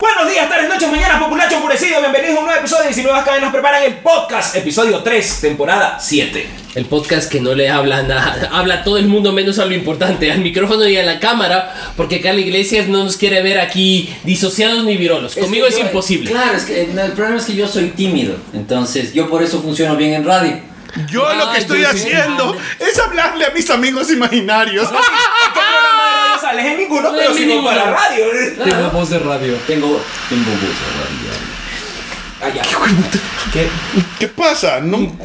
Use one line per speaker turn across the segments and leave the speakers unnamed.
Buenas tardes, noches, mañana, populacho enfurecido. Bienvenidos a un nuevo episodio de 19 Cadenas Preparan el Podcast, episodio 3, temporada 7.
El podcast que no le habla nada, habla todo el mundo menos a lo importante, al micrófono y a la cámara, porque Carla Iglesias no nos quiere ver aquí disociados ni virolos. Conmigo
que
es
yo-
imposible.
Claro, es que eh, el problema es que yo soy tímido. Entonces, yo por eso funciono bien en radio.
Yo lo
Ay,
que estoy
Dios mío.
haciendo es hablarle a mis amigos imaginarios.
¿Qué programa de radio sales? En ninguno,
No,
pero
en
sí
ninguno.
para la radio.
Tengo voz de radio.
Tengo, tengo voz de radio.
Allá.
¿Qué pasa? No,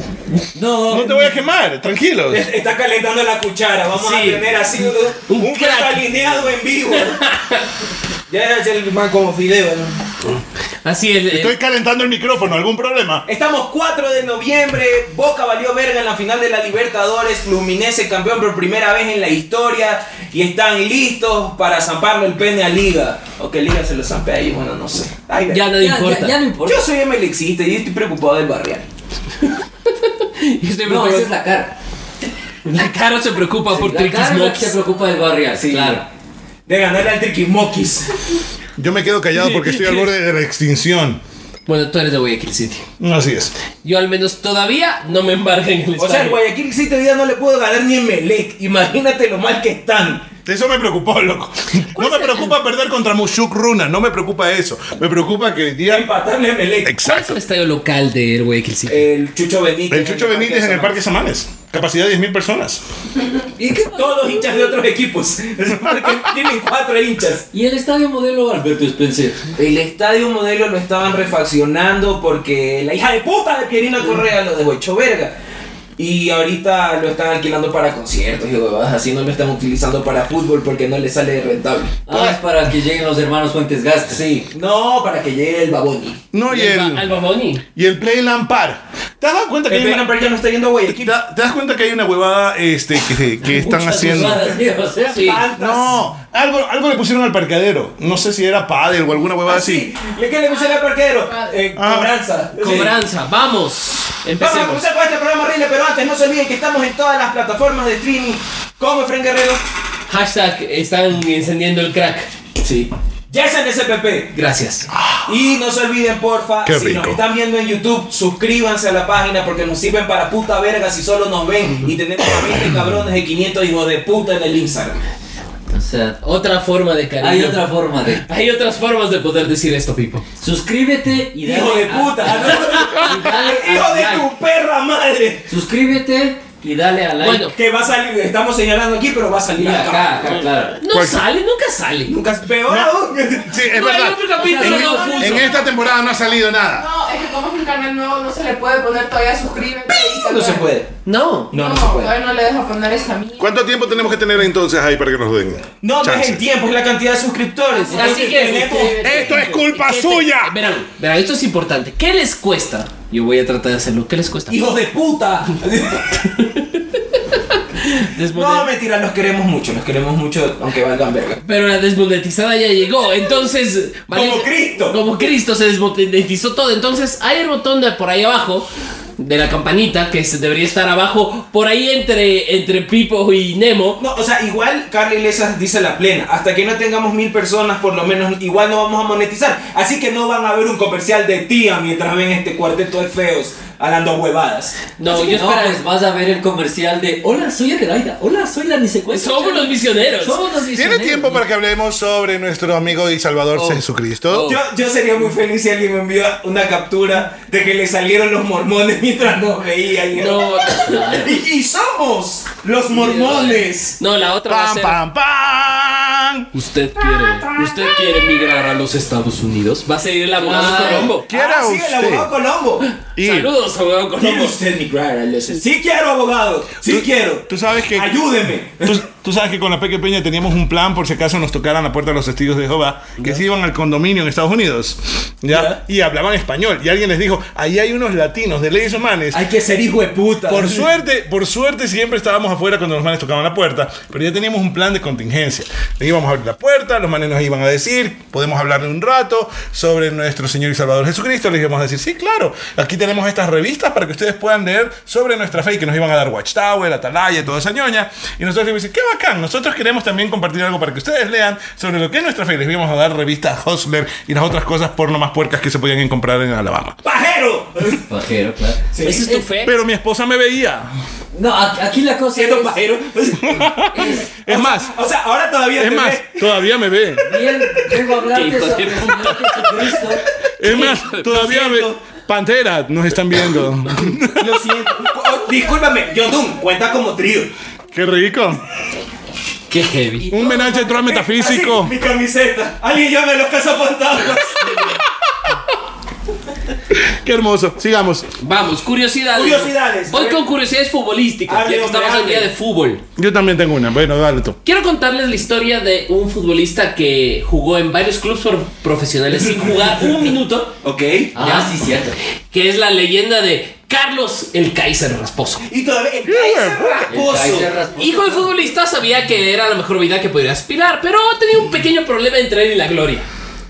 No,
no te voy a quemar, tranquilos.
Está calentando la cuchara. Vamos a
Sí.
tener así un,
Un
un
crack.
plato alineado en vivo. ya es el man como fideo. ¿no?
Así es. eh,
Estoy calentando el micrófono, ¿algún problema?
Estamos 4 de noviembre, Boca valió verga en la final de la Libertadores, Fluminense campeón por primera vez en la historia y están listos para zamparle el pene a Liga. O que Liga se lo zampe ahí, bueno, no sé. Ay,
ya
verga.
no
ya,
importa.
ya- ya no importa.
Yo soy emelixista y estoy preocupado del barrial.
Yo estoy
no,
preocupado.
esa es la cara.
La cara se preocupa por
la cara es la que se
triquismox.
preocupa del barrial,
Sí.
claro.
De ganarle al Triquimoquis.
Yo me quedo callado porque estoy al borde de la extinción.
Bueno, tú eres de Guayaquil City.
Así es.
Yo al menos todavía no me embargo en el
O sea, el
estadio.
Guayaquil sí todavía no le pudo ganar ni en Melec. Imagínate lo mal que están.
Eso me preocupó, loco. No me preocupa perder contra Mushuk Runa, no me preocupa eso. Me preocupa que hoy día.
Empatarle a Melec.
¿Cuál es el
Exacto.
estadio local de el Guayaquil City?
Eh,
El Chucho Benítez.
El Chucho Benítez en el Parque Samanes. Capacidad de 10.000 personas.
¿Y, qué-
Todos hinchas de otros equipos. Porque tienen cuatro hinchas.
y el estadio modelo Alberto Spencer.
El estadio modelo lo estaban refaccionando porque la hija de puta de Pierina Correa lo dejó hecho verga. Y ahorita lo están alquilando para conciertos y huevadas así, no lo están utilizando para fútbol porque no le sale rentable.
Ah, es para que lleguen los hermanos Fuentes Gastes.
Sí, no, para que llegue el baboni.
No, y
Al Ba- Al
el.
Baboni.
Y el Playland Park. ¿Te has dado cuenta que
El
hay una,
Peña ya no está yendo a
¿Te,
Guayaquil.
da- te das cuenta que hay una huevada este, que, se- que están
Muchas
haciendo?
huevadas, sí, o sea,
Sí.
No, algo, algo le pusieron al parqueadero. No sé si era pádel o alguna huevada
Sí,
así.
¿le qué le puse al parquero? Eh,
Ah.
cobranza. Sí.
Cobranza. Vamos.
Vamos a
Empecemos.
comenzar con este programa horrible, pero antes no se olviden que estamos en todas las plataformas de streaming como Fren Guerrero.
Hashtag están encendiendo el crack.
Sí. Ya es en SPP.
Gracias.
Y no se olviden, porfa,
Qué
si nos
rico.
están viendo en YouTube, suscríbanse a la página porque nos sirven para puta verga si solo nos ven y tenemos a 20 cabrones de 500 hijos de puta en el Instagram.
O sea,
Otra forma de cariño.
hay otra forma de.
Hay otras formas de poder decir esto, Pipo.
Suscríbete y dale.
Hijo de
a-
puta,
y dale a
hijo de
like.
tu perra madre.
Suscríbete y dale a like.
Bueno,
Que va a salir, estamos señalando aquí, pero va a salir
Y
acá.
acá, acá, claro.
No
Cual-
sale, nunca sale.
Nunca peor aún.
Sí, es
no hay
verdad.
otro capítulo
O sea,
no
sí,
puso.
En esta temporada no ha salido nada.
No, es que como es un canal nuevo, no se le puede poner todavía suscríbete. y
No se puede.
No.
No,
No,
no se puede.
todavía no le dejo poner esa mierda.
¿Cuánto tiempo tenemos que tener entonces ahí para que nos den?
No, no es
chance?
el tiempo, es la cantidad de suscriptores.
Así que
tenemos-
Esto es culpa
¿Qué te-
suya.
Verán, verán, esto es importante. ¿Qué les cuesta? Yo voy a tratar de hacerlo. ¿Qué les cuesta?
hijos de puta. No,
Desmonet-
mentira, los queremos mucho, los queremos mucho, aunque valgan verga.
Pero la desmonetizada ya llegó, entonces...
Como Cristo.
Como Cristo se desmonetizó todo, entonces hay el botón de por ahí abajo, de la campanita, que se debería estar abajo, por ahí entre, entre Pipo y Nemo.
No, o sea, igual Carla Iglesias dice la plena. Hasta que no tengamos mil personas, por lo menos, igual no vamos a monetizar. Así que no van a ver un comercial de tía mientras ven este cuarteto de feos hablando huevadas.
No,
Así
yo
que no,
espero...
pues vas a ver el comercial de Hola, soy Adelaida. Hola, soy la Nisecuencia.
Somos los misioneros.
pues, Somos los misioneros.
¿Tiene tiempo para que hablemos sobre nuestro amigo y salvador
Oh.
Jesucristo?
Yo, yo sería muy feliz si alguien me envía una captura de que le salieron los mormones mientras nos veían.
No,
Y, y somos los mormones.
no, la otra va a
¡Pam,
ser...
pam, pam!
Usted quiere, usted quiere migrar a los Estados Unidos. Va a seguir el abogado
Ay.
Colombo.
¿Quiera
Ah, sí, el
usted
abogado Colombo.
ir?
Saludos, abogado
¿Quiere
Colombo.
usted migrar a los Sí quiero, abogado. Sí
Tú-
quiero.
tú sabes que-
Ayúdeme.
Tú, tú sabes que con la Peque Peña teníamos un plan por si acaso nos tocaran la puerta de los testigos de Jehová que se iban al condominio en Estados Unidos ¿ya? y hablaban español y alguien les dijo ahí hay unos latinos de leyes humanes
Hay que ser hijo de puta.
por suerte por suerte siempre estábamos afuera cuando los manes tocaban la puerta pero ya teníamos un plan de contingencia le íbamos a abrir la puerta los manes nos iban a decir podemos hablarle un rato sobre nuestro Señor y Salvador Jesucristo les íbamos a decir sí claro aquí tenemos estas revistas para que ustedes puedan leer sobre nuestra fe y que nos iban a dar Watchtower Atalaya toda esa ñoña y nosotros le íbamos a decir qué bacán. Nosotros queremos también compartir algo para que ustedes lean sobre lo que es nuestra fe. Les íbamos a dar revistas Hustler y las otras cosas porno más puercas que se podían encontrar en Alabama.
¡Pajero!
Pajero, claro.
¿Esa
Eh,
es tu
¿Eh?
fe?
Pero mi esposa me veía.
No, a- aquí la cosa es
Siendo pajero.
Es más,
O sea, ahora todavía
es
te
más,
ve.
todavía me ve.
bien, vengo a
Qué
hablarte
hijo
sobre
de
el Señor Jesucristo.
Es más, todavía me... Pantera, nos están viendo.
Lo siento. Oh, discúlpame, John Doom cuenta como trío.
Qué rico.
Qué heavy.
Un menaje a metafísico.
Así, mi camiseta. Alguien llame a los cazafantasmas.
Qué hermoso. Sigamos.
Vamos, curiosidades.
Curiosidades.
Voy
A ver.
con curiosidades futbolísticas,
Hable,
ya que
hombre,
estamos en día
hable.
de fútbol.
Yo también tengo una. Bueno, dale tú.
Quiero contarles la historia de un futbolista que jugó en varios clubes por- profesionales sin jugar un minuto,
Ok.
Ah, sí, cierto.
que es la leyenda de Carlos el Kaiser Rasposo.
Y todavía el Kaiser
El Kaiser
rasposo.
Rasputin.
Hijo de futbolista, sabía que era la mejor vida que podría aspirar, pero tenía un pequeño problema entre él y la gloria.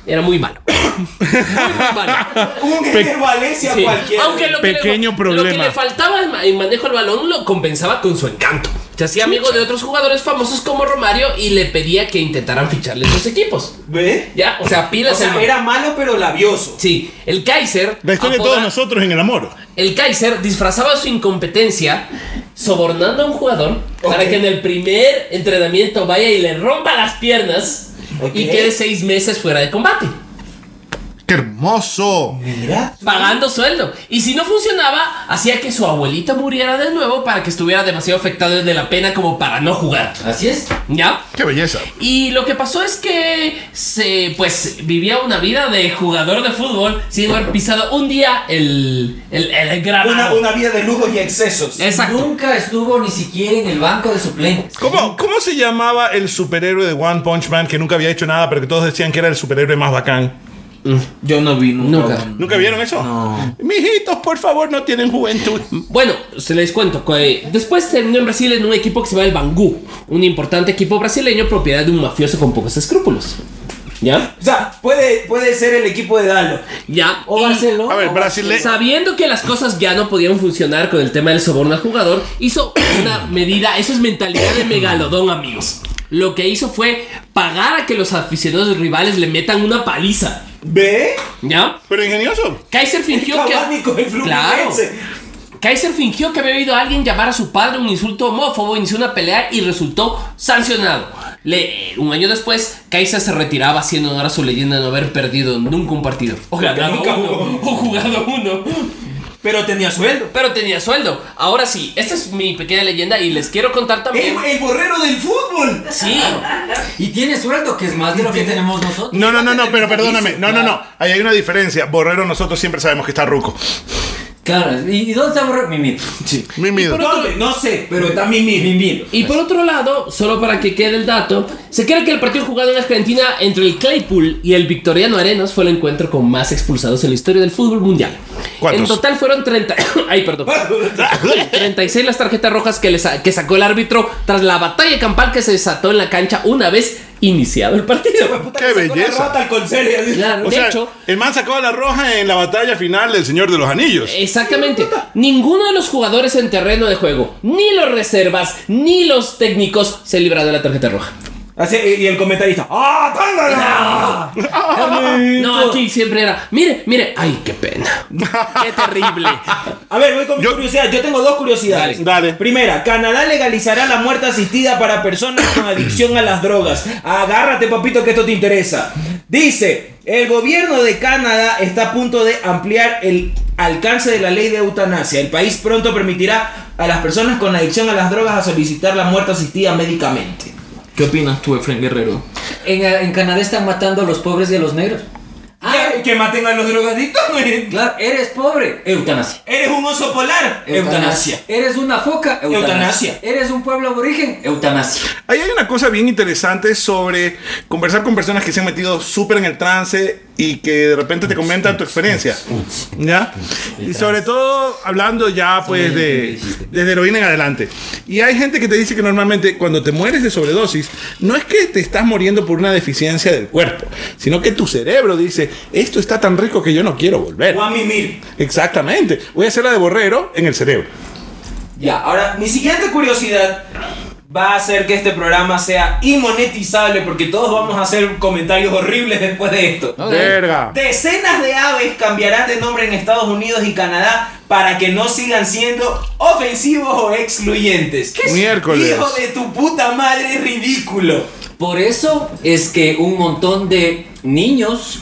Era muy malo. Muy, muy malo.
Un
Pe-
Ener Valencia
Sí.
cualquiera.
Aunque lo que,
Pequeño
le,
problema.
lo que le faltaba en ma- en manejo del balón lo compensaba con su encanto. Se hacía amigo de otros jugadores famosos como Romario y le pedía que intentaran ficharle en sus equipos.
¿Ve?
Ya, o sea,
O
pilas el
sea,
man.
era malo pero labioso.
Sí, el Kaiser.
La historia de
apoda-
todos nosotros en el amor.
El Kaiser disfrazaba su incompetencia sobornando a un jugador para
Ok.
que en el primer entrenamiento vaya y le rompa las piernas y
Ok.
quede seis meses fuera de combate,
Qué hermoso.
Mira.
pagando sueldo. Y si no funcionaba, hacía que su abuelita muriera de nuevo para que estuviera demasiado afectado de la pena como para no jugar.
Así es.
¿Ya?
Qué belleza.
Y lo que pasó es que se, pues, vivía una vida de jugador de fútbol sin haber pisado un día el, el, el gramado.
Una, una vida de lujos y excesos.
Exacto.
Nunca estuvo ni siquiera en el banco de suplentes.
¿Cómo, ¿Cómo se llamaba el superhéroe de One Punch Man que nunca había hecho nada, pero que todos decían que era el superhéroe más bacán?
Yo no vi
nunca. Nunca.
¿Nunca vieron eso? No. Mijitos, por favor, no tienen juventud.
Bueno, se les cuento que después terminó en Brasil en un equipo que se llama el Bangu, un importante equipo brasileño propiedad de un mafioso con pocos escrúpulos. ¿Ya?
O sea, puede, puede ser el equipo de Dalo.
Ya.
O
y
Barcelona.
A ver,
o
Brasil-
Sabiendo que las cosas ya no podían funcionar con el tema del soborno al jugador, hizo una medida, eso es mentalidad de megalodón, amigos. Lo que hizo fue pagar a que los aficionados rivales le metan una paliza.
¿Ve?
¿Ya?
Pero ingenioso.
Kaiser fingió que...
Cavani con el
Claro.
Fluminense.
Kaiser fingió que había oído a alguien llamar a su padre un insulto homófobo, inició una pelea y resultó sancionado. Le- un año después, Kaiser se retiraba haciendo honor a su leyenda de no haber perdido nunca un partido. O ganado
nunca
uno.
jugó.
O jugado uno.
Pero tenía sueldo.
Pero tenía sueldo. Ahora sí, esta es mi pequeña leyenda y les quiero contar también.
El, el borrero del fútbol.
Sí,
Y tiene sueldo, que es más de lo que tenemos nosotros.
No, no, no, no, pero perdóname. No, no, no. Ahí hay una diferencia. Borrero, nosotros siempre sabemos que está ruco.
Claro, ¿y y dónde está Borrego? Mimi.
Mi miedo.
por-
¿Dónde? No sé, pero está Mimi.
Mimi.
Y por otro lado, solo para que quede el dato, se cree que el partido jugado en Argentina entre el Claypool y el Victoriano Arenas fue el encuentro con más expulsados en la historia del fútbol mundial.
¿Cuántos?
En total fueron 30. Ay, perdón. 36 las tarjetas rojas que, le sa- que sacó el árbitro tras la batalla campal que se desató en la cancha una vez iniciado el partido.
Puta,
Qué
le sacó la
belleza.
rata al conserje.
Claro.
O
de
sea,
hecho-
el man sacó la roja en la batalla final del Señor de los Anillos.
Exactamente. Ninguno de los jugadores en terreno de juego, ni los reservas, ni los técnicos se libraron de la tarjeta roja.
Así, y y el comentarista. ¡Ah, tángala!
No, aquí siempre era. Mire, mire. Ay, qué pena. Qué terrible.
A ver, voy con mi
Yo-
curiosidad. Yo tengo dos curiosidades.
Dale. Dale.
Primera, Canadá legalizará la muerte asistida para personas con adicción a las drogas. Agárrate, papito, que esto te interesa. Dice, el gobierno de Canadá está a punto de ampliar el alcance de la ley de eutanasia. El país pronto permitirá a las personas con adicción a las drogas a solicitar la muerte asistida médicamente. ¿Qué opinas tú, Efren Guerrero?
En, eh, en Canadá están matando a los pobres y a los negros. Ah,
que maten a los drogadictos, güey.
claro, eres pobre. Eutanasia.
Eres un oso polar. Eutanasia.
Eres una foca.
Eutanasia.
Eres un pueblo aborigen. Eutanasia.
Ahí hay una cosa bien interesante sobre conversar con personas que se han metido súper en el trance y que de repente te comentan tu experiencia. ¿Ya? Y sobre todo hablando ya pues de desde heroína en adelante. Y hay gente que te dice que normalmente cuando te mueres de sobredosis, no es que te estás muriendo por una deficiencia del cuerpo, sino que tu cerebro dice, esto está tan rico que yo no quiero volver.
O a mimir.
Exactamente. Voy a hacer la de borrero en el cerebro.
Ya, ahora mi siguiente curiosidad va a hacer que este programa sea inmonetizable porque todos vamos a hacer comentarios horribles después de esto.
Ok.
Verga.
Decenas de aves cambiarán de nombre en Estados Unidos y Canadá para que no sigan siendo ofensivos o excluyentes. ¿Qué
es- Miércoles.
Hijo de tu puta madre, ridículo.
Por eso es que un montón de niños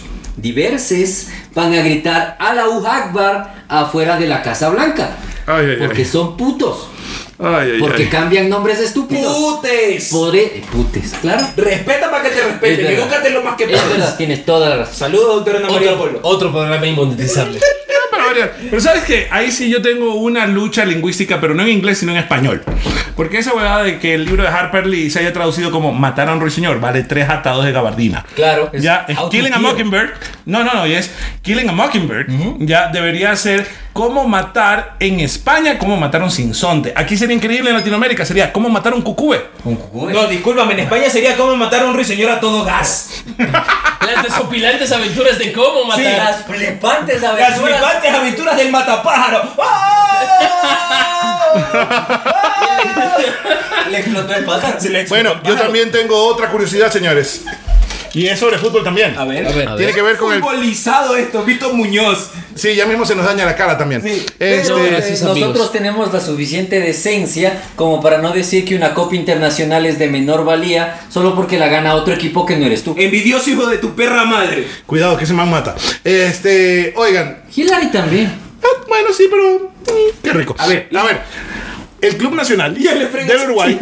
diversos van a gritar Allahu Akbar afuera de la Casa Blanca.
Ay, ay, ay.
porque son putos.
Ay, ay,
Porque
ay.
cambian nombres de estúpidos.
Putes.
Por e- eh, putes, claro.
Respeta para que te
Es
respeten.
verdad.
Edúcate lo más que
Es verdad,
puedas.
tienes toda la razón.
Saludos, doctora Ana María
Otro,
Polo.
otro programa inmonetizable.
No, pero, ahora- pero sabes que ahí sí yo tengo una lucha lingüística, pero no en inglés, sino en español. Porque esa huevada de que el libro de Harper Lee se haya traducido como Matar a un ruiseñor, vale tres atados de gabardina.
Claro. es
Ya, es
auto-
Killing a Mockingbird. No, no, no, y es Killing a Mockingbird. Ya debería ser cómo matar en España, cómo matar a un sinsonte. Aquí sería increíble en Latinoamérica, sería cómo matar a un cucúe.
Con cucú, eh.
No, discúlpame, en España sería como matar a un ruiseñor a todo gas.
Las desopilantes aventuras de cómo matar.
Las flipantes aventuras.
Las flipantes aventuras del matapájaro. ¡Ah!
Le explotó el pájaro.
Se le explotó
Bueno,
el
yo
pájaro.
también
Tengo otra curiosidad, señores.
Y es sobre fútbol también.
A ver.
A ver, a ver.
Tiene que ver con el.
Futbolizado esto, Vito Muñoz.
Sí, ya mismo se nos daña la cara también.
Sí.
Este,
No,
Eh,
gracias, amigos.
Nosotros tenemos la suficiente decencia como para no decir que una copa internacional es de menor valía solo porque la gana otro equipo que no eres tú.
Envidioso hijo de tu perra madre.
Cuidado, que ese man mata. Este, oigan.
Hillary también.
ah, Bueno, sí, pero. mm, Qué rico. A ver, a ver. El Club Nacional de Uruguay.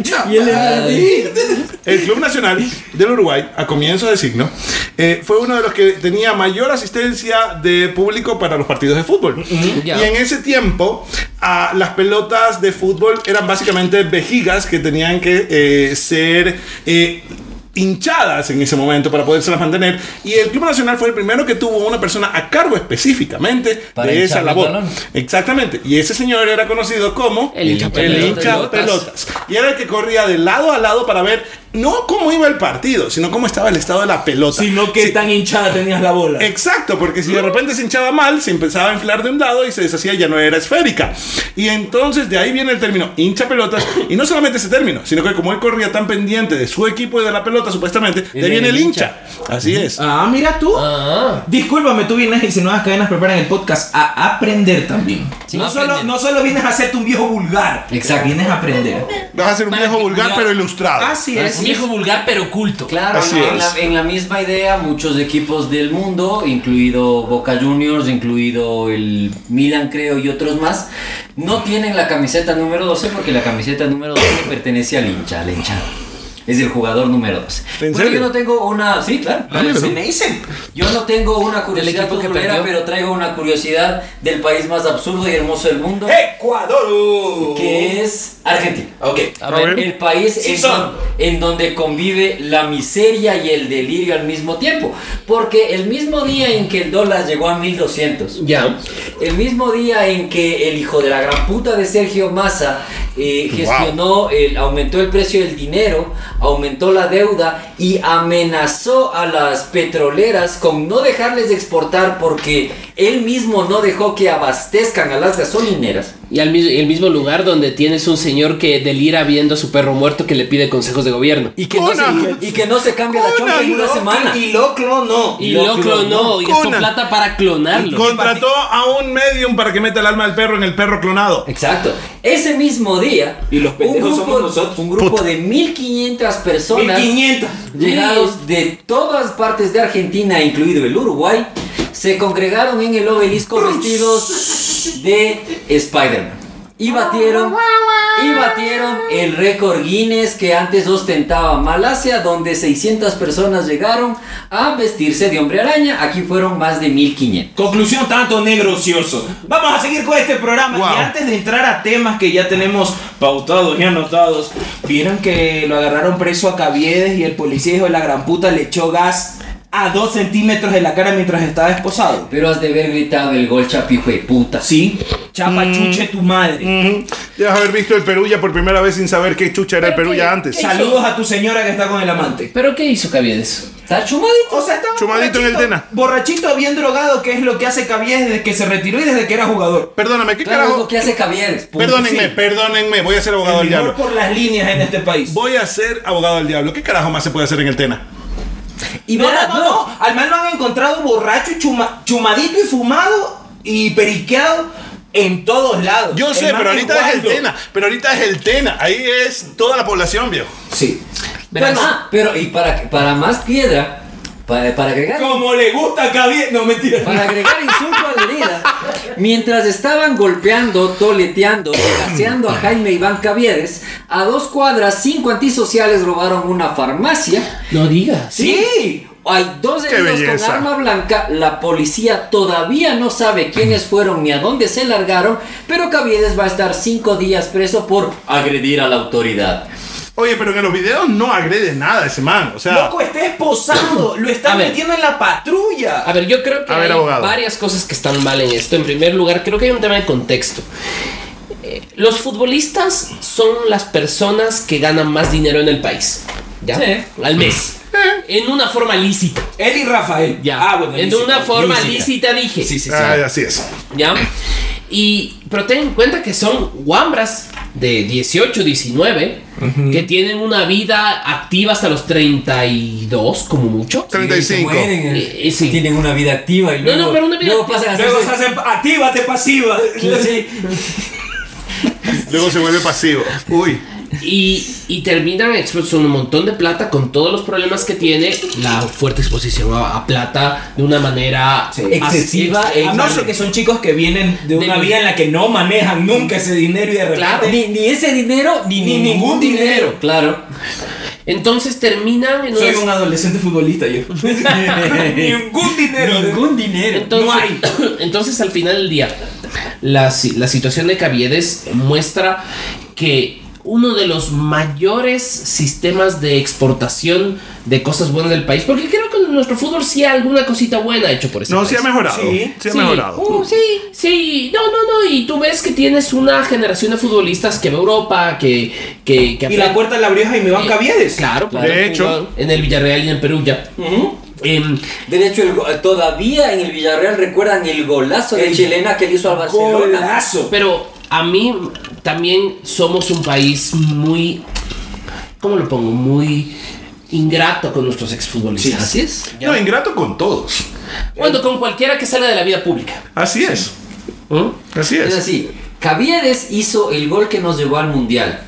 El Club Nacional del Uruguay, a comienzo de signo, eh, fue uno de los que tenía mayor asistencia de público para los partidos de fútbol.
Ya.
Y en ese tiempo, ah, las pelotas de fútbol eran básicamente vejigas que tenían que eh, ser... eh, hinchadas en ese momento para poderse las mantener y el Club Nacional fue el primero que tuvo una persona a cargo específicamente
Para
de
hinchar
esa
los
labor
balones.
exactamente y ese señor era conocido como
El hincha
el
pelotas.
hincha pelotas. Y era el que corría de lado a lado para ver no cómo iba el partido, sino cómo estaba el estado de la pelota.
Sino que
Sí,
tan hinchada tenías la bola.
Exacto, porque si de repente se hinchaba mal, se empezaba a inflar de un lado y se deshacía y ya no era esférica. Y entonces de ahí viene el término hincha pelotas. Y no solamente ese término, sino que como él corría tan pendiente de su equipo y de la pelota, supuestamente, de ahí viene el hincha. Así es.
Ah, mira tú.
Ah,
Discúlpame, tú vienes y si nuevas cadenas preparan el podcast a aprender también. no, solo,
aprender.
no solo vienes a hacerte un viejo vulgar.
Exacto.
Vienes a aprender.
Vas a ser un
Para
viejo
que-
vulgar,
ya.
pero ilustrado.
Así
es
es.
un viejo vulgar pero culto.
Claro,
Así
en, en
es.
la, en la misma idea, muchos equipos del mundo, incluido Boca Juniors, incluido el Milan, creo, y otros más, no tienen la camiseta número 12 porque la camiseta número 12 pertenece al hincha, al hincha. Es el jugador número 12.
¿En
Bueno,
serio? Ah,
yo no tengo una. Sí, claro.
Se me dicen.
Yo no tengo una curiosidad
equipo que
futbolera,
perdió.
pero traigo una curiosidad del país más absurdo y hermoso del mundo,
¡Eh!
Ecuador.
que es Argentina.
Ok.
A ver.
El país
Sí
en,
son.
en donde convive la miseria y el delirio al mismo tiempo. Porque el mismo día en que el dólar llegó a 1200,
Ya.
el mismo día en que el hijo de la gran puta de Sergio Massa eh, gestionó, el, aumentó el precio del dinero, aumentó la deuda y amenazó a las petroleras con no dejarles exportar porque él mismo no dejó que abastezcan a las gasolineras.
Y al mi- el mismo lugar donde tienes un señor que delira viendo a su perro muerto que le pide consejos de gobierno.
Y que, no se, y que no se cambia la chompa en una semana.
Y locro no.
Y lo clonó y gastó
Conan.
plata para clonarlo.
Contrató a un medium para que meta el alma del perro en el perro clonado.
Exacto. Ese mismo día,
Y los pendejos somos nosotros.
un grupo de 1500 personas
1500.
llegados de todas partes de Argentina, incluido el Uruguay, se congregaron en el obelisco vestidos de Spider-Man. Y batieron, y batieron el récord Guinness que antes ostentaba Malasia, donde 600 personas llegaron a vestirse de hombre araña. Aquí fueron más de 1500.
Conclusión tanto negro ocioso. Vamos a seguir con este programa.
Wow.
Y antes de entrar a temas que ya tenemos pautados y anotados, vieron que lo agarraron preso a Caviedes y el policía hijo de la gran puta le echó gas a dos centímetros de la cara mientras estaba esposado.
Pero has de haber gritado el gol chapijo de puta.
Sí, chapa chuche tu madre.
Mm.
Ujú. Debes haber visto el Perú ya por primera vez sin saber qué chucha era el Perú ya antes.
Saludos a tu señora que está con el amante.
¿Pero qué hizo Caviedes?
Está chumadito.
O sea, estaba
Chumadito en el
borrachito-
Tena.
Borrachito bien drogado, que es lo que hace Cabies desde que se retiró y desde que era jugador.
Perdóname, ¿qué
Claro, es lo
carajo?
que hace Cavieres. punto.
Perdónenme,
Sí.
perdónenme, voy a ser abogado
El
del
mejor
diablo.
por las líneas en este país.
Voy a ser abogado del diablo. ¿Qué carajo más se puede hacer en el Tena?
Y
No,
verás,
no, no, no. Al man lo han encontrado borracho, y chuma- chumadito y fumado y periqueado en todos lados.
Yo
El
sé,
man
pero ahorita es el
guardo.
Tena. Pero ahorita es el Tena. Ahí es toda la población, viejo.
Sí.
pues.
Verás.
Bueno, ah, pero y para, para más piedra, para, para agregar
Como le gusta a Cabie- No, mentira.
Para agregar insulto a la herida, mientras estaban golpeando, toleteando, gaseando a Jaime Iván Cavieres, a dos cuadras, cinco antisociales robaron una farmacia.
No digas.
Sí. Hay dos
Qué
heridos con
belleza.
arma blanca. La policía todavía no sabe quiénes fueron ni a dónde se largaron, pero Cavieres va a estar cinco días preso por agredir a la autoridad.
Oye, pero en los videos no agrede nada ese man. O sea,
Loco, está esposado. Lo
A
están
ver.
metiendo en la patrulla.
A ver, yo creo que
A ver,
hay
abogado.
varias cosas que están mal en esto. En primer lugar, creo que hay un tema de contexto. Eh, Los futbolistas son las personas que ganan más dinero en el país. ¿Ya?
Sí.
Al mes. En una forma lícita.
Él y Rafael.
Ya.
Ah, bueno.
en
lícita,
una forma
lícita.
lícita, dije.
Sí, sí, sí.
ay, así es.
¿Ya? Y, pero ten en cuenta que son guambras de 18, 19, que tienen una vida activa hasta los 32, como mucho.
35.
Eh, eh, sí.
Tienen una vida activa y
No,
luego,
no, pero una vida-
luego pasan a
Luego se
hacerse-
hacen actívate pasiva.
Sí.
Luego se vuelve pasivo. Uy.
Y, y terminan expuestos a un montón de plata con todos los problemas que tiene la fuerte exposición a, a plata de una manera
Sí.
as-
Excesiva e
ex-
No sé que son chicos que vienen de una
De-
vida en la que no manejan nunca ese dinero y de repente.
Claro.
Ni, ni ese dinero, ni,
Ni ningún
ningún dinero.
dinero.
Claro.
Entonces terminan en
Soy
unas-
un adolescente futbolista yo. Ningún dinero.
dinero.
Entonces,
No hay.
entonces, al final del día, la, si- la situación de Caviedes muestra que uno de los mayores sistemas de exportación de cosas buenas del país, porque creo que nuestro fútbol sí ha alguna cosita buena hecho por ese
No,
país.
sí ha mejorado.
Sí.
Sí, ha mejorado.
uh, sí, sí. No, no, no. Y tú ves que tienes una generación de futbolistas que va a Europa, que... que, que
Y la
aprenden-
puerta la abrió Jaime Van Caviedes.
Claro, claro.
De hecho.
En el Villarreal y en Perú ya. Em,
De hecho, el go- todavía en el Villarreal recuerdan el golazo de
El
chilena que le hizo al Barcelona.
Golazo.
Pero a mí también somos un país muy. ¿Cómo lo pongo? Muy ingrato con nuestros exfutbolistas. Así es.
No, ingrato con todos.
Bueno, con cualquiera que salga de la vida pública.
Así es.
¿Mm?
Así
Es
es.
así, Caviedes hizo el gol que nos llevó al Mundial.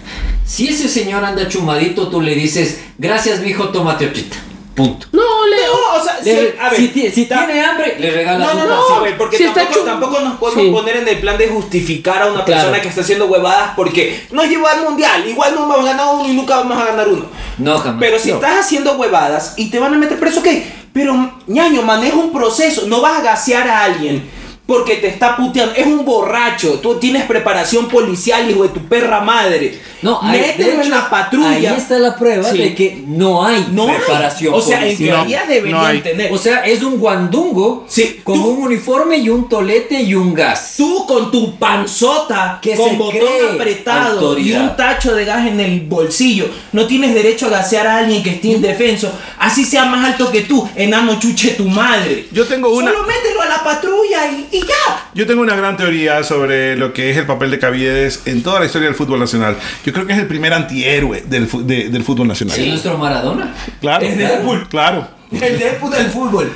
Si ese señor anda chumadito, tú le dices, gracias mijo, tómate ochita. Punto.
No, Leo.
No, o sea, sí,
Le-
a ver,
si ti- si
ta-
tiene hambre, le regalas
No, no,
un
no,
vasito.
a ver, porque
Sí, está
tampoco,
chu-
tampoco nos podemos
Sí.
poner en el plan de justificar a una
Claro.
persona que está haciendo huevadas porque nos llevó al mundial, igual no hemos ganado uno y nunca vamos a ganar uno.
No, jamás.
Pero si estás haciendo huevadas y te van a meter preso, ¿qué? Pero, ñaño, maneja un proceso. No vas a gasear a alguien porque te está puteando. Es un borracho. Tú tienes preparación policial, hijo de tu perra madre.
No, ahí, de
Mételo en
hecho,
la patrulla.
Ahí está la prueba
Sí.
de que no hay
No hay.
preparación.
O sea, en
policial.
teoría deberían
no hay.
tener.
O sea, es un guandungo
Sí,
con
tú-
un uniforme y un tolete y un gas.
Tú con tu panzota,
Que
con
se
botón
cree
apretado
autoridad.
y un tacho de gas en el bolsillo, no tienes derecho a gasear a alguien que esté indefenso, así sea más alto que tú, enano chuche tu madre.
Yo tengo una.
Solo mételo a la patrulla y, y ya.
Yo tengo una gran teoría sobre lo que es el papel de Caviedes en toda la historia del fútbol nacional. Yo creo que es el primer antihéroe del, fu- de- del fútbol nacional.
Es nuestro Maradona.
Claro.
Es Deadpool.
Claro.
El Deadpool del fútbol.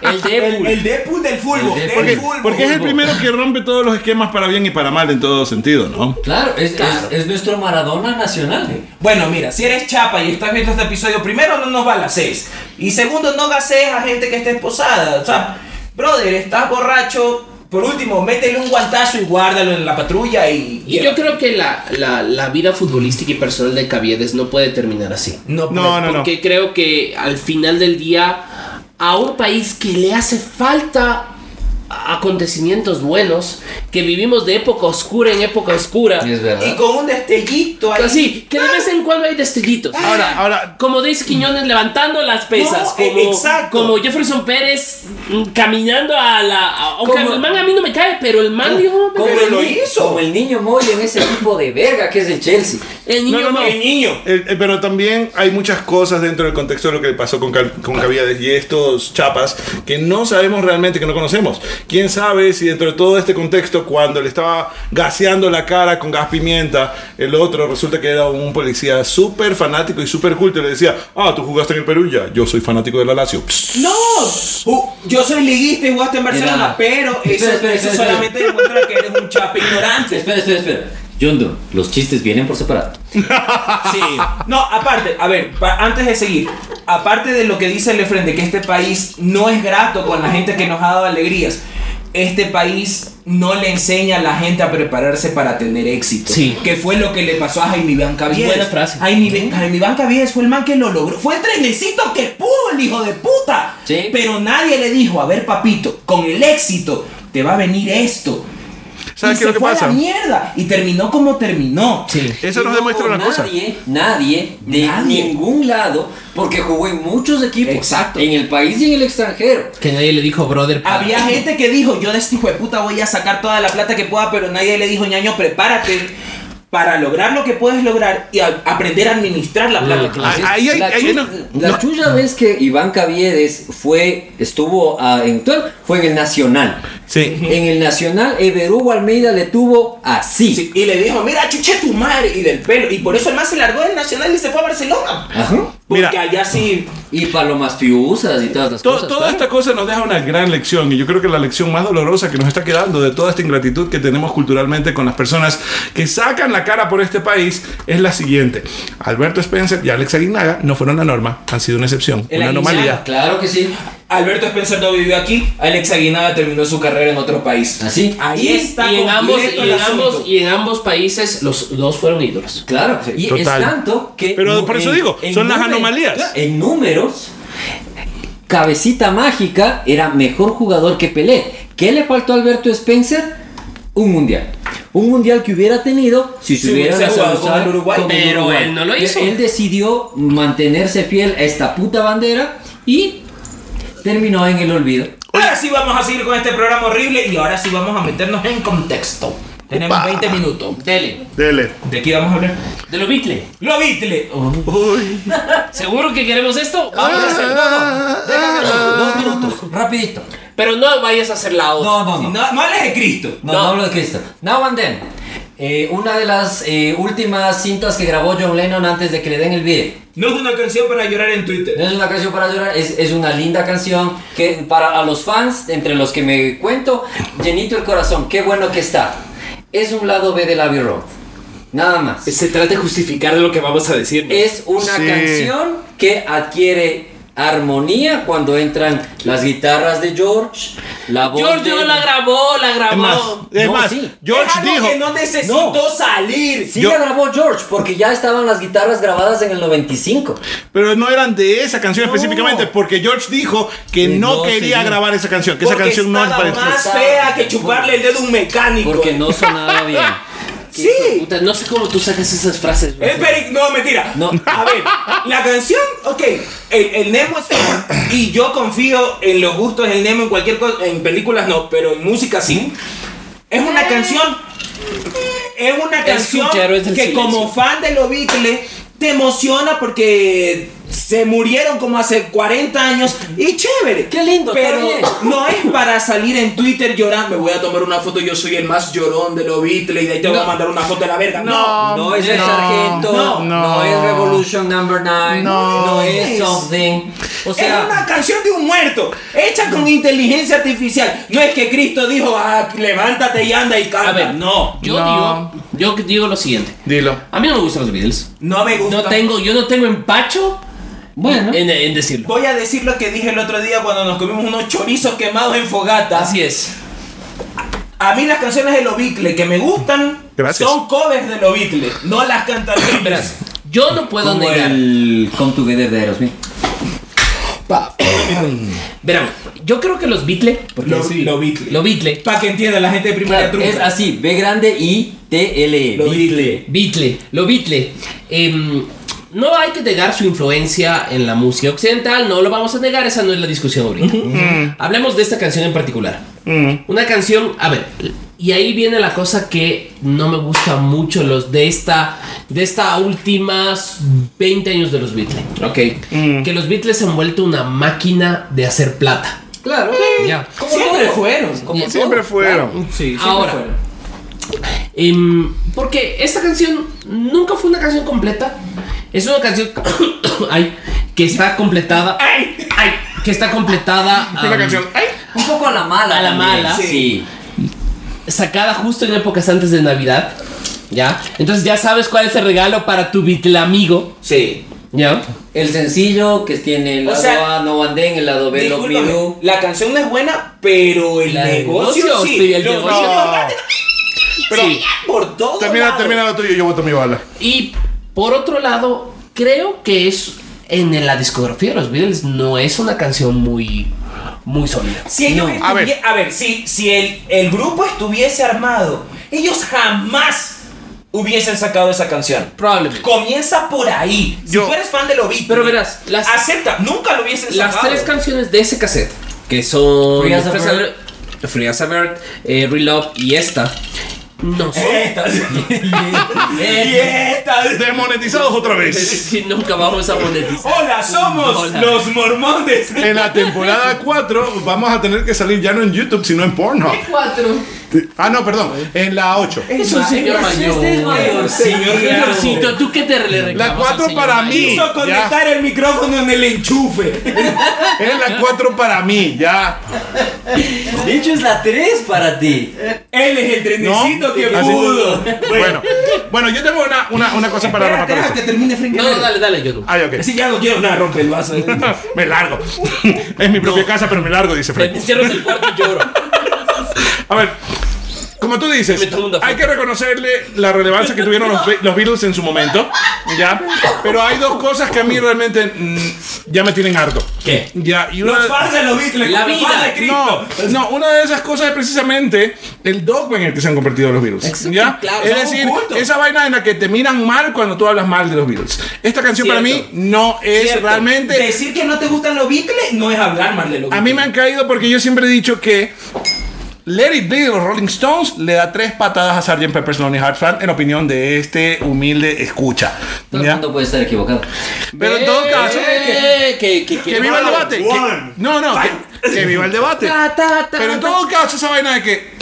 El
El,
de.
el Deadpool del fútbol.
El
del
Deadpool.
Porque,
fútbol.
porque es el primero que rompe todos los esquemas para bien y para mal en todo sentido, ¿no?
Claro, es, es- es nuestro Maradona nacional.
Bueno, mira, si eres chapa y estás viendo este episodio, primero no nos balacees. Y segundo, no gasees a gente que esté esposada. O sea, brother, estás borracho. Por último, métele un guantazo y guárdalo en la patrulla y.
Y yo creo que la, la- la vida futbolística y personal de Caviedes no puede terminar así.
No, pues,
No, no, no.
Porque creo que al final del día, a un país que le hace falta acontecimientos buenos, que vivimos de época oscura en época oscura.
Es
Y
verdad.
con un destellito ahí.
Así, que de vez en cuando hay destellitos.
Ahora, ahora.
Como Daisy Quiñones levantando las pesas.
No, eh,
como,
exacto.
como Jefferson Pérez mm, caminando a la. a- aunque
Como-
el man a mí no me cae, pero el man dijo.
Como
Pero
el,
lo
ni-
hizo.
como el niño Moy en ese tipo de verga que es el Chelsea.
El niño
No, no, no.
El niño.
Eh, eh, pero también hay muchas cosas dentro del contexto de lo que pasó con, Cal- con Caviedes y estos chapas que no sabemos realmente, que no conocemos. Quién sabe si dentro de todo este contexto, cuando le estaba gaseando la cara con gas pimienta, el otro resulta que era un policía súper fanático y súper culto y le decía: Ah, tú jugaste en el Perú ya, yo soy fanático de la Lazio. Psst.
No, Ju- Uh, yo soy liguista y jugaste en Barcelona,
Mira.
pero eso,
Espera, espera,
eso
espera,
solamente demuestra que eres un chapa ignorante.
Espera, espera, espera. Yondo, los chistes vienen por separado.
Sí. No, aparte, a ver, pa- antes de seguir, aparte de lo que dice Lefren de que este país no es grato con la gente que nos ha dado alegrías, este país no le enseña a la gente a prepararse para tener éxito.
Sí.
Que fue lo que le pasó a Jaime Iván Caviedes.
Buena frase.
Jaime, Iván- Jaime Iván Caviedes fue el man que lo logró. Fue el trenecito que pudo el hijo de puta.
Sí.
Pero nadie le dijo, a ver papito, con el éxito te va a venir esto.
¿Sabes
y
qué
se
es lo que
fue a
pasa?
la mierda. Y terminó como terminó.
Sí.
Eso
Y
nos
no
demuestra
hubo
una cosa.
Nadie, nadie, de
Nadie.
ningún lado, porque jugó en muchos equipos.
Exacto.
En el país y en el extranjero.
Que nadie le dijo, brother. para-
Había gente que dijo, yo de este hijo de puta voy a sacar toda la plata que pueda, pero nadie le dijo, ñaño, prepárate para lograr lo que puedes lograr y a- aprender a administrar la plata. que
Ah, Ahí hay,
la
ahí hay
chu-
una-
la
no.
chulla vez que Iván Caviedes fue, estuvo ah, en Tor- fue en el Nacional.
Sí.
En el Nacional, Everugo Almeida le tuvo así.
Sí, Y le dijo, mira, chuche tu madre y del pelo. Y por eso el más se largó del Nacional y se fue a Barcelona.
Ajá.
Porque
Mira.
allá sí.
Y palomas fiusas y todas las
To-
cosas.
toda
claro.
esta cosa nos deja una gran lección y yo creo que la lección más dolorosa que nos está quedando de toda esta ingratitud que tenemos culturalmente con las personas que sacan la cara por este país es la siguiente. Alberto Spencer y Alex Aguinaga no fueron la norma, han sido una excepción,
El
una
Aguinaga.
anomalía.
Claro que sí.
Alberto Spencer no vivió aquí, Alex Aguinaga terminó su carrera en otro país.
Así.
Ahí
¿Ah, Y,
está.
y en ambos,
completo
y
el
en ambos,
asunto.
y en ambos países los dos fueron ídolos.
Claro, y
Total.
es tanto que.
Pero
nu-
por eso digo, son las
número-
anomalías.
claro, En números, Cabecita Mágica era mejor jugador que Pelé. ¿Qué le faltó a Alberto Spencer? Un mundial. Un mundial que hubiera tenido si se
Si
hubiera
hubiese jugado
lanzado
con el Uruguay.
Pero él no lo hizo.
Él decidió mantenerse fiel a esta puta bandera y terminó en el olvido.
Ahora sí vamos a seguir con este programa horrible y ahora sí vamos a meternos en contexto. Tenemos 20 minutos.
Dele,
Dele.
¿De qué vamos a hablar?
de lo Oh, bitle.
Lo Beatle.
¿Seguro que queremos esto?
Ah.
Vamos a hacerlo.
ah,
Dos minutos, rapidito.
Ah, Pero no vayas a hacer la otra.
No, no, no.
Ah. No, no hables de Cristo.
No.
No, no, hablo de Cristo. Now and Then. Eh, una de las eh, últimas cintas que grabó John Lennon antes de que le den el video.
No es una canción para llorar en Twitter.
No es una canción para llorar, es, es una linda canción que para a los fans, entre los que me cuento, llenito el corazón, qué bueno que está. Es un lado B de la Road. Nada más.
Se trata de justificar lo que vamos a decir. ¿no?
Es una
Sí.
canción que adquiere armonía cuando entran las guitarras de George, la voz
George
de-
no la grabó, la
Es más,
grabó.
es
No,
más,
sí.
George
es algo
dijo,
que no necesito salir.
Sí
Yo-
la grabó George, porque ya estaban las guitarras grabadas en el 95.
pero no eran de esa canción específicamente porque George dijo que
Que
no
no
quería
sería.
grabar esa canción, que esa
Porque
canción no es
estaba
para
más
Estaba-
fea que chuparle el dedo a un mecánico.
Porque no sonaba bien.
Sí.
Puta, no sé cómo tú sacas esas frases. bro.
Eh, pero- no, mentira.
No.
A ver, la canción, ok. El, el Nemo es fan, y yo confío en los gustos del Nemo en cualquier cosa. En películas no, pero en música sí. Es una canción. Es una canción
Escuchar es
que
el silencio.
como fan de los Beatles te emociona porque se murieron como hace 40 años y chévere.
Qué lindo,
Pero
está bien.
no es para salir en Twitter llorando. Me voy a tomar una foto, yo soy el más llorón de los Beatles y de ahí te voy a
No.
mandar una foto de la verga. no.
No es el
No,
sargento,
no,
no,
no.
es Revolution Number 9,
No.
no, es something. O
es una
sea,
canción de un muerto, hecha con inteligencia artificial. No es que Cristo dijo, ah, levántate y anda y canta.
A ver,
no.
Yo
No.
digo, yo digo lo siguiente.
Dilo.
A mí no me gustan los Beatles.
No me gusta.
No tengo, yo no tengo empacho
bueno,
en, en decirlo.
Voy a decir lo que dije el otro día cuando nos comimos unos chorizos quemados en fogata.
Así es.
A mí las canciones de los Beatles que me gustan
Gracias.
son covers de los Beatles, no las cantan ellos.
Yo no puedo
como
negar.
el Come Together de Aerosmith.
Verán, yo creo que los Beatles.
Lo- lo Beatle.
Lo Beatle.
Para que entienda la gente de primera
Claro,
truca.
es así, B grande I T L E.
Los Beatles.
Beatle, lo Beatle. Em, no hay que negar su influencia en la música occidental, no lo vamos a negar, esa no es la discusión ahorita. Hablemos de esta canción en particular. Una canción, a ver, Y ahí viene la cosa que no me gusta mucho los de esta de esta últimas 20 años de los Beatles.
Ok.
Que los Beatles se han vuelto una máquina de hacer plata.
Claro.
Ya.
Siempre fueron.
Como
Siempre fueron.
Sí, siempre
Ahora.
fueron.
Em, porque esta canción nunca fue una canción completa. Es una canción ay, que está completada. Ay, ay, que está completada. am,
Un poco a la mala.
A la
también.
mala.
Sí.
sacada justo en épocas antes de Navidad. ¿Ya? Entonces ya sabes cuál es el regalo para tu amigo.
Sí.
¿Ya?
El sencillo que tiene el
O
lado
sea,
A, No Andén, el lado B, Love Me
Discúlpame,
Do.
la canción no es buena, pero el
La del
negocio,
negocio,
sí.
sí, el
Los
negocio.
negocios
Pero
por todo.
termina, termina lo tuyo y yo voto mi bala.
Y por otro lado, creo que es en la discografía de los Beatles no es una canción muy muy sólida.
Si ellos
A ver.
estuvi- a ver, si, si el, el grupo estuviese armado, ellos jamás hubiesen sacado esa canción.
Probablemente.
Comienza por ahí. Si
Yo-
tú eres fan de los Beatles,
Pero verás, las-
acepta, nunca lo hubiesen
Las
sacado.
tres canciones de ese cassette, que son
Free as a
Fresh
Bird.
Alert- Free as a Bird, eh, Reload y esta, no son
Esta- y esta-
Desmonetizados otra vez.
Sí, nunca vamos a monetizar.
Hola, somos
Hola.
los mormones.
En la temporada 4 vamos a tener que salir ya no en YouTube, sino en Pornhub.
Cuatro.
Ah, no, perdón. En la 8.
Es un señor mayor.
Señor
Señorcito, este ¿tú qué te le reclamas
La cuatro
al señor
para
mayor?
mí.
Quiso conectar el micrófono en el enchufe.
Es la 4 para mí, ya.
De hecho, es la 3 para ti.
Él es el trenecito que
Así-
pudo.
Bueno, bueno, yo tengo una, una, una cosa para
Espera,
rematar
deja
esto.
que termine frente
No, dale, dale, yo no.
Ay, ok.
Si ya no quiero nada, rompe el vaso.
Me largo. Es mi propia casa, pero me largo, dice
Me
Fred.
encierro en el cuarto y lloro.
A ver, como tú dices,
Me tomo una foto.
hay que reconocerle la relevancia que tuvieron los, Be- los Beatles en su momento, ¿ya? Pero hay dos cosas que a mí realmente mm, ya me tienen harto.
¿Qué?
Ya, y una,
Los fans de los Beatles,
La
los
vida.
fans de Cristo.
No, no, una de esas cosas es precisamente el dogma en el que se han convertido los Beatles. ¿ya?
claro,
es
son un
decir,
culto.
esa vaina en la que te miran mal cuando tú hablas mal de los Beatles. Esta canción para mí
Cierto.
no es
Cierto.
realmente.
Decir que no te gustan los Beatles no es hablar mal de los
A
Beatles.
mí me han caído porque yo siempre he dicho que Let It Be de los Rolling Stones le da tres patadas a Sgt. Pepper's Lonely Hearts Club Band en opinión de este humilde escucha.
Todo el
¿ya?
mundo puede estar equivocado.
Pero en todo caso,
Eh, que, que, que,
que viva el debate. que-
One,
no, no, que, que viva el debate.
Ta, ta, ta,
Pero en
ta.
todo caso, esa vaina de que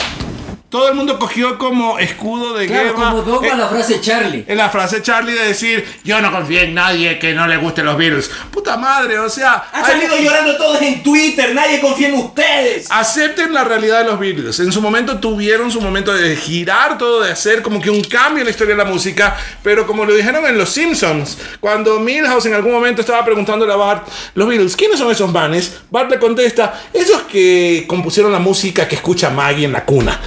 todo el mundo cogió como escudo de
Claro,
guerra.
como dogma
eh,
la frase Charlie.
en la frase Charlie de decir, yo no confío en nadie que no le gusten los Beatles. Puta madre, o sea,
Han
hay-
salido llorando todos en Twitter, nadie confía en ustedes.
acepten la realidad de los Beatles. En su momento tuvieron su momento de girar todo, de hacer como que un cambio en la historia de la música, pero como lo dijeron en Los Simpsons, cuando Milhouse en algún momento estaba preguntándole a Bart, los Beatles, ¿quiénes son esos manes? Bart le contesta, esos que compusieron la música que escucha Maggie en la cuna.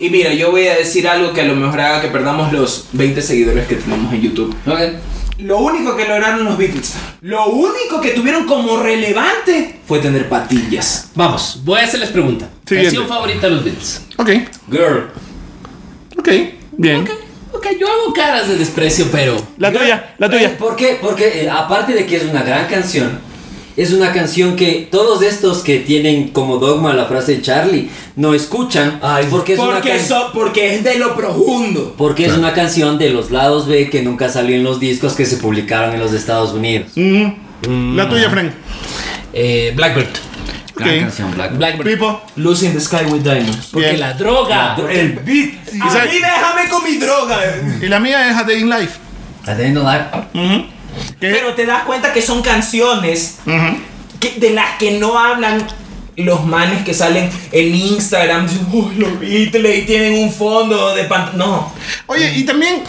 Y mira, yo voy a decir algo que a lo mejor haga que perdamos los 20 seguidores que tenemos en YouTube.
Ok.
Lo único que lograron los Beatles, lo único que tuvieron como relevante fue tener patillas.
Vamos, voy a hacerles pregunta.
Siguiente.
Canción favorita de los Beatles.
Ok,
Girl.
ok, bien.
Ok, ok, yo hago caras de desprecio, pero.
La tuya, la
Eh, ¿Por qué? Porque eh, aparte de que es una gran canción, es una canción que todos estos que tienen como dogma la frase de Charlie no escuchan porque es una
Porque,
can-
so- porque es de lo profundo.
porque es una canción de los lados B que nunca salió en los discos que se publicaron en los Estados Unidos.
Mm.
La tuya, Frank.
Eh, Blackbird.
Gran canción, Black.
Blackbird.
Pipo.
Lucy in the Sky with Diamonds.
Porque
Bien.
la droga.
El beat. A
¿sabes?
mí déjame con mi droga.
Y la mía es A Day in Life.
At the end of that-
¿Qué?
Pero te das cuenta que son canciones que- de las que no hablan los manes que salen en Instagram. dicen, "Uy, los Beatles y tienen un fondo de pan. No.
Oye, y también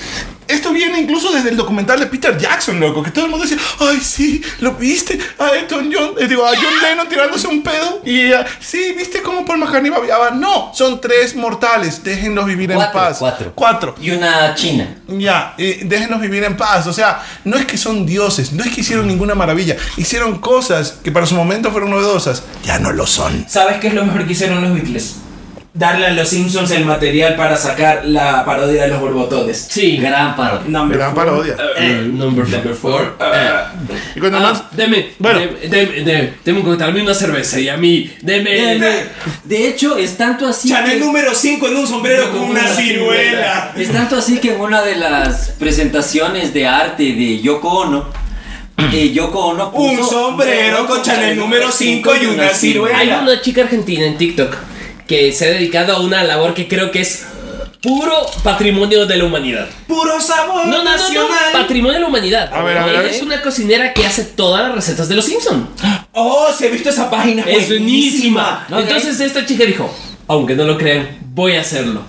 esto viene incluso desde el documental de Peter Jackson, loco, que todo el mundo decía, ay, sí, lo viste a Elton John, eh, digo, a John Lennon tirándose un pedo. Y ah, sí, viste cómo Paul McCartney babiaba. No, son tres mortales, déjenlos vivir en
Cuatro,
paz.
cuatro.
Cuatro.
Y una china.
Ya, eh, déjenlos vivir en paz. O sea, no es que son dioses, no es que hicieron ninguna maravilla. Hicieron cosas que para su momento fueron novedosas. Ya no lo son.
¿Sabes qué es lo mejor que hicieron los Beatles? darle a los Simpsons el material para sacar la parodia de los borbotones.
Sí.
Gran paro.
Number
Gran
four.
parodia.
Eh, number four.
Number four.
eh.
Ah,
Y cuando más.
deme,
Bueno.
deme, deme, deme, deme un cóctel, a mí una cerveza y a mí, deme,
De, de hecho, es tanto así.
Chanel
que-
número 5 en un sombrero con una ciruela.
Es tanto así que en una de las presentaciones de arte de Yoko Ono, eh, Yoko Ono puso
Un sombrero con Chanel número 5 y una ciruela.
Hay una chica argentina en TikTok que se ha dedicado a una labor que creo que es puro patrimonio de la humanidad.
Puro sabor
No, no, no, no,
nacional.
patrimonio de la humanidad.
A ver, a ver, a ver.
Es una cocinera que hace todas las recetas de los Simpsons.
Oh, si he visto esa página.
Es buenísima.
Ok.
Entonces esta chica dijo, aunque no lo crean, voy a hacerlo.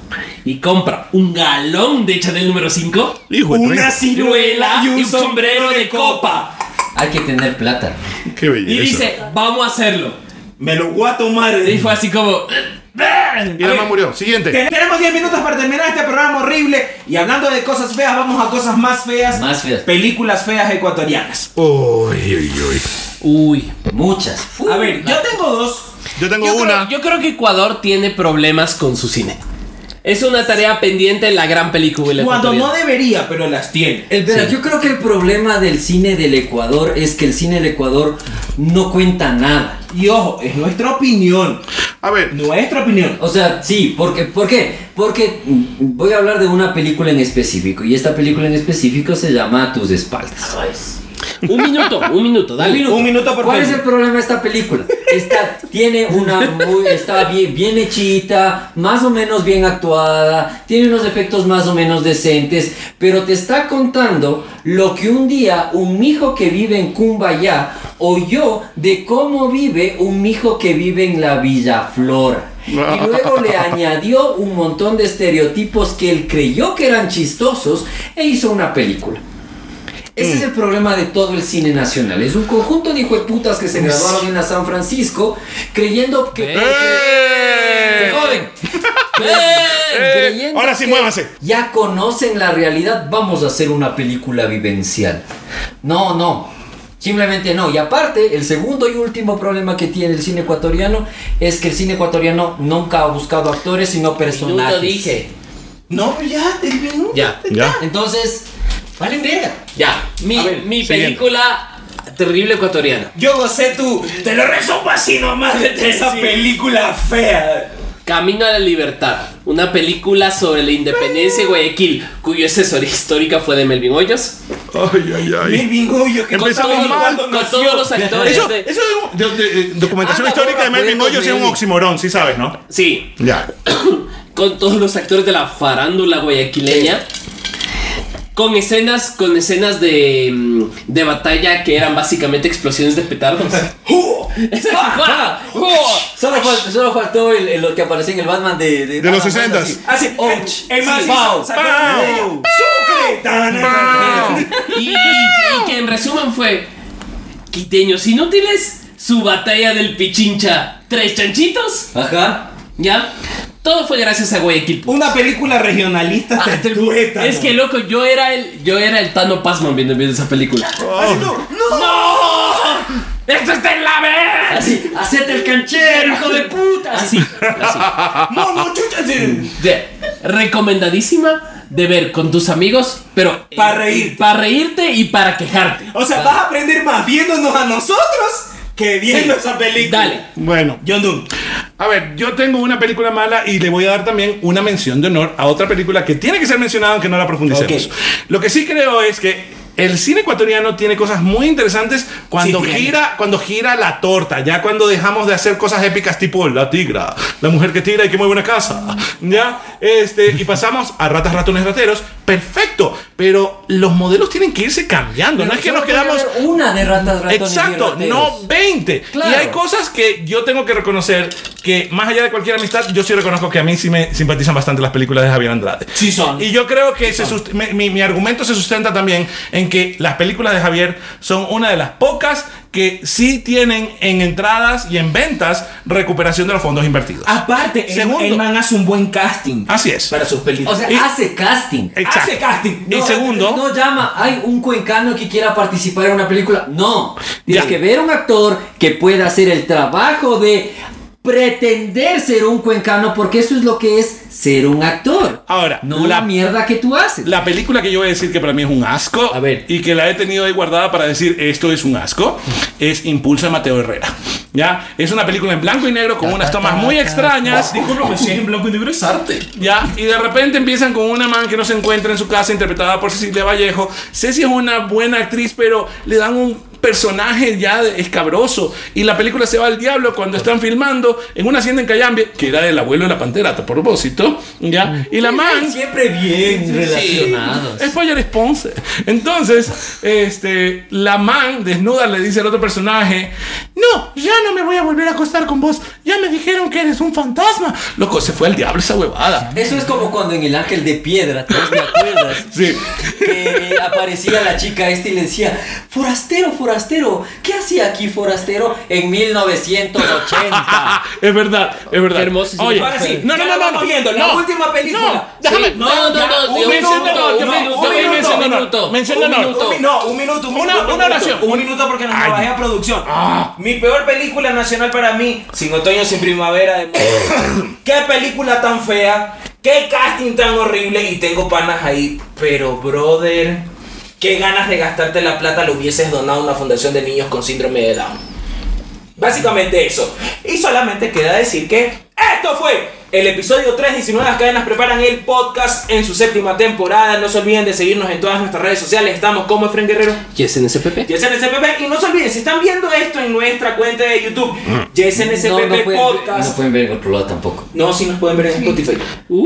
Y compra un galón de Chanel número 5,
Hijo de
Una ciruela y un sombrero de copa.
Hay que tener plata.
Qué
Y
belleza.
dice, vamos a hacerlo.
Me lo voy a tomar.
Y fue así como... "Ah".
Y la mamá murió. Siguiente.
Tenemos 10 minutos para terminar este programa horrible. Y hablando de cosas feas, vamos a cosas más feas.
Más feas.
Películas feas ecuatorianas.
Uy, uy, uy.
Uy.
Muchas. Fu-
A ver, yo tengo dos.
Yo tengo
Yo
una.
creo, yo creo que Ecuador tiene problemas con su cine. Es una tarea pendiente la gran película.
Cuando no
ecuatoriana.
debería, pero las tiene.
El verdad, Yo creo que el problema del cine del Ecuador es que el cine del Ecuador no cuenta nada.
Y ojo, es nuestra opinión.
A ver,
Nuestra opinión.
O sea, sí, porque, ¿por qué? Porque mm, voy a hablar de una película en específico y esta película en específico se llama A tus espaldas.
Un minuto, un minuto, dale.
Un minuto por
¿Cuál es el
peli.
problema de esta película? Está, tiene una muy, está bien, bien hechita, más o menos bien actuada, tiene unos efectos más o menos decentes, pero te está contando lo que un día un mijo que vive en Cumbayá oyó de cómo vive un mijo que vive en la Villa Flora. Y luego le añadió un montón de estereotipos que él creyó que eran chistosos e hizo una película. Ese
Mm.
es el problema de todo el cine nacional. Es un conjunto de hijueputas que se graduaron en la San Francisco creyendo
Eh.
que. ¡Se joden! Eh, Creyendo
Eh. ahora sí,
que
muévase.
Ya conocen la realidad, vamos a hacer una película vivencial. No, no. Simplemente no. Y aparte, el segundo y último problema que tiene el cine ecuatoriano es que el cine ecuatoriano nunca ha buscado actores, sino
Minuto
personajes.
dije.
No, pero ya, el minuto.
Ya,
ya.
Entonces, valen verga.
ya. Mi,
A ver,
mi película terrible ecuatoriana.
Yo gocé tu. Te lo resumo así nomás de esa película fea.
Camino a la Libertad, una película sobre la independencia de Guayaquil, cuyo asesor histórica fue de Melvin Hoyos.
Ay, ay, ay.
Melvin Goyo, que
Con,
Empezamos
todos-
mal,
con
nació.
todos los actores.
Eso,
de-
eso es un- de, de- de- documentación
Ah,
histórica
la
de Melvin
borra,
Hoyos es un
Melvin.
oximorón, sí sabes, ¿no?
Sí,
Ya.
con todos los actores de la farándula guayaquileña. Con escenas, con escenas de, mm, de batalla que eran básicamente explosiones de petardos.
Ah,
¡Guau! ¡Oh! ¡Guau!
Solo, fal- solo faltó el, el- lo que aparecía en el Batman de... De,
De los
Adam
60s.
Fantasy.
Así,
Oh,
el más
sí,
hizo-
pau,
sacó
pau,
el dedo. ¡Sucre! Tan, tan, tan.
y, y- y que en resumen fue quiteños inútiles, su batalla del pichincha, tres chanchitos,
Ajá.
ya. Todo fue gracias a Guayaquil.
Una película regionalista
Ah,
hasta este el
es que loco, yo era el yo era el Tano Pasman viendo, viendo esa película.
Así tú, ¡No!
¡Esto está en la verga!
Así, hacete el canchero, hijo de puta.
Así, así.
¡No, no, chucha! sí.
De- recomendadísima de ver con tus amigos, pero
Pa' reírte.
para reírte y para quejarte.
O sea, vas a aprender más viéndonos a nosotros que viendo esa película.
Dale.
Bueno,
John Doe.
a ver, yo tengo una película mala y le voy a dar también una mención de honor a otra película que tiene que ser mencionada aunque no la profundicemos.
Ok.
Lo que sí creo es que el cine ecuatoriano tiene cosas muy interesantes cuando
Sí, tiene.
gira, cuando gira la torta, ya cuando dejamos de hacer cosas épicas tipo la tigra, la mujer que tira y que mueve una casa, ya, este, y pasamos a ratas, ratones, rateros, perfecto, pero los modelos tienen que irse cambiando, no es que
Solo
nos
puede
quedamos
haber Una de ratas, ratones
Exacto,
y
no
rateros.
20.
Claro.
Y hay cosas que yo tengo que reconocer que más allá de cualquier amistad, yo sí reconozco que a mí sí me simpatizan bastante las películas de Javier Andrade.
Sí son.
Y yo creo que se sust- mi, mi- mi argumento se sustenta también en que las películas de Javier son una de las pocas que sí tienen en entradas y en ventas recuperación de los fondos invertidos.
Ah. Aparte, el,
Segundo.
el man hace un buen casting.
Así es.
Para sus películas.
O sea,
Y-
hace casting.
Exacto.
hace casting.
y
No,
segundo,
No llama, hay un cuencano que quiera participar en una película. No, tienes
Ya.
que ver un actor que pueda hacer el trabajo de pretender ser un cuencano porque eso es lo que es ser un actor.
Ahora,
no la
la-
mierda que tú haces.
La película que yo voy a decir que para mí es un asco
A ver.
y que la he tenido ahí guardada para decir esto es un asco es Impulso de Mateo Herrera. ¿Ya? Es una película en blanco y negro con unas tomas muy extrañas.
Disculpame, si es en blanco y negro es arte.
¿Ya? Y de repente empiezan con una man que no se encuentra en su casa, interpretada por Cecilia Vallejo. Ceci es una buena actriz, pero le dan un personaje ya de- escabroso. Y la película se va al diablo cuando están filmando en una hacienda en Cayambe, que era del abuelo de la pantera, a propósito. ¿Ya? Y la man.
Siempre bien relacionado.
Spoiler sponsor. Entonces, este, la man desnuda le dice al otro personaje, no, ya no me voy a volver a acostar con vos, ya me dijeron que eres un fantasma. Loco, se fue al diablo esa huevada.
Eso es como cuando en El Ángel de Piedra, ¿te te acuerdas?
Sí.
Que aparecía la chica esta y le decía, forastero, forastero, ¿qué hacía aquí forastero en 1980?
Es verdad, es verdad.
Qué hermoso, sí,
Oye,
ahora sí,
no, no,
ya
no, no,
vamos yendo, la última película.
No, déjame.
Sí, no, no, no,
un
de un
minuto,
minuto,
yo
un
me-
minuto,
yo me
un
menciono honor,
minuto,
menciono
un
honor.
minuto.
Un mi- No, un minuto, un
Una-
minuto.
una
un minuto,
oración.
Un
Un-
minuto porque nos
Ay.
trabajé a producción.
Ah.
Mi peor película nacional para mí, Sin Otoño, Sin Primavera. de Qué película tan fea. Qué casting tan horrible. Y tengo panas ahí. Pero, brother, qué ganas de gastarte la plata lo hubieses donado a una fundación de niños con síndrome de Down. Básicamente eso. Y solamente queda decir que esto fue el episodio 3. 19 las cadenas preparan el podcast en su séptima temporada. No se olviden de seguirnos en todas nuestras redes sociales. Estamos como Efren Guerrero.
SNSPP.
YSNSPP. Y no se olviden, si están viendo esto en nuestra cuenta de YouTube,
Mm.
YSNSPP
No, no pueden, no
Podcast.
pueden ver en otro lado tampoco.
No, si nos pueden ver en Spotify.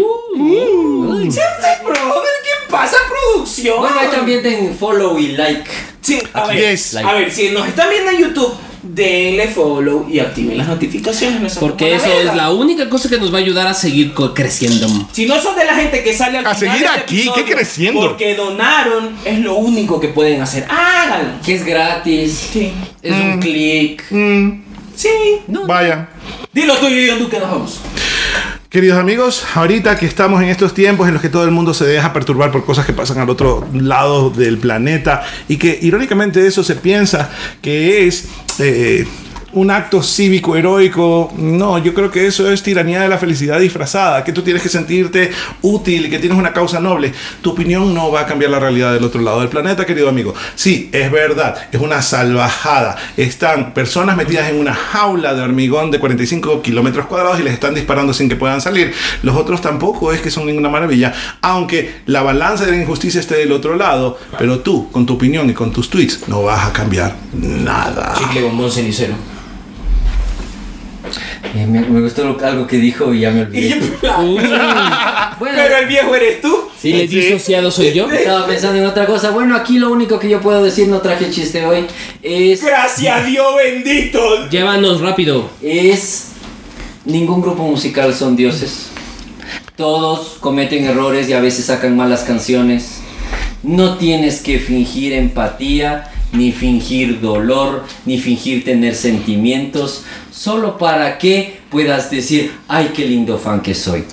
Uh,
Sí, sí, brother, ¿qué pasa, producción?
Bueno, ahí también den follow y like.
Sí, a ver,
Yes.
a ver, si nos están viendo en YouTube, denle follow y activen las notificaciones. no sean
Porque
como
eso
verga.
es la única cosa que nos va a ayudar a seguir co- creciendo.
Si no son de la gente que sale al
A
final
seguir
del
aquí,
episodio
¿qué creciendo?
Porque donaron es lo único que pueden hacer. Háganlo.
Que es gratis,
Sí.
es un clic.
Sí.
Mm, Vaya.
Dilo tú y yo, tú que nos vamos.
Queridos amigos, ahorita que estamos en estos tiempos en los que todo el mundo se deja perturbar por cosas que pasan al otro lado del planeta y que irónicamente eso se piensa que es eh, un acto cívico heroico, no, yo creo que eso es tiranía de la felicidad disfrazada, que tú tienes que sentirte útil, que tienes una causa noble. Tu opinión no va a cambiar la realidad del otro lado del planeta, querido amigo. Sí, es verdad, es una salvajada. Están personas metidas en una jaula de hormigón de 45 kilómetros cuadrados y les están disparando sin que puedan salir. Los otros tampoco es que son ninguna maravilla, aunque la balanza de la injusticia esté del otro lado, pero tú, con tu opinión y con tus tweets, no vas a cambiar nada.
Chicle bombón cenicero.
Eh, me, me gustó lo- algo que dijo y ya me olvidé. Bueno,
Pero el viejo eres tú.
Si les disociado soy yo.
estaba pensando en otra cosa. Bueno, aquí lo único que yo puedo decir, no traje chiste hoy, es...
Gracias a Dios bendito.
Llévanos rápido.
es ningún grupo musical son dioses. Todos cometen errores y a veces sacan malas canciones. No tienes que fingir empatía, ni fingir dolor, ni fingir tener sentimientos, solo para que puedas decir, ay, qué lindo fan que soy.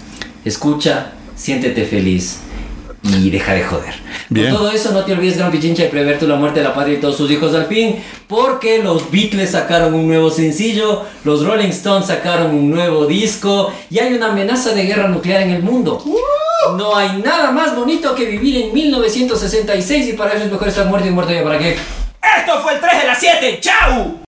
Escucha, siéntete feliz y deja de joder. Con todo eso, no te olvides, gran pichincha, de prever tú la muerte de la patria y todos sus hijos al fin, porque los Beatles sacaron un nuevo sencillo, los Rolling Stones sacaron un nuevo disco y hay una amenaza de guerra nuclear en el mundo. No hay nada más bonito que vivir en 1966 y para eso es mejor estar muerto y muerto ya para qué.
Esto fue el 3 de las 7. ¡Chau!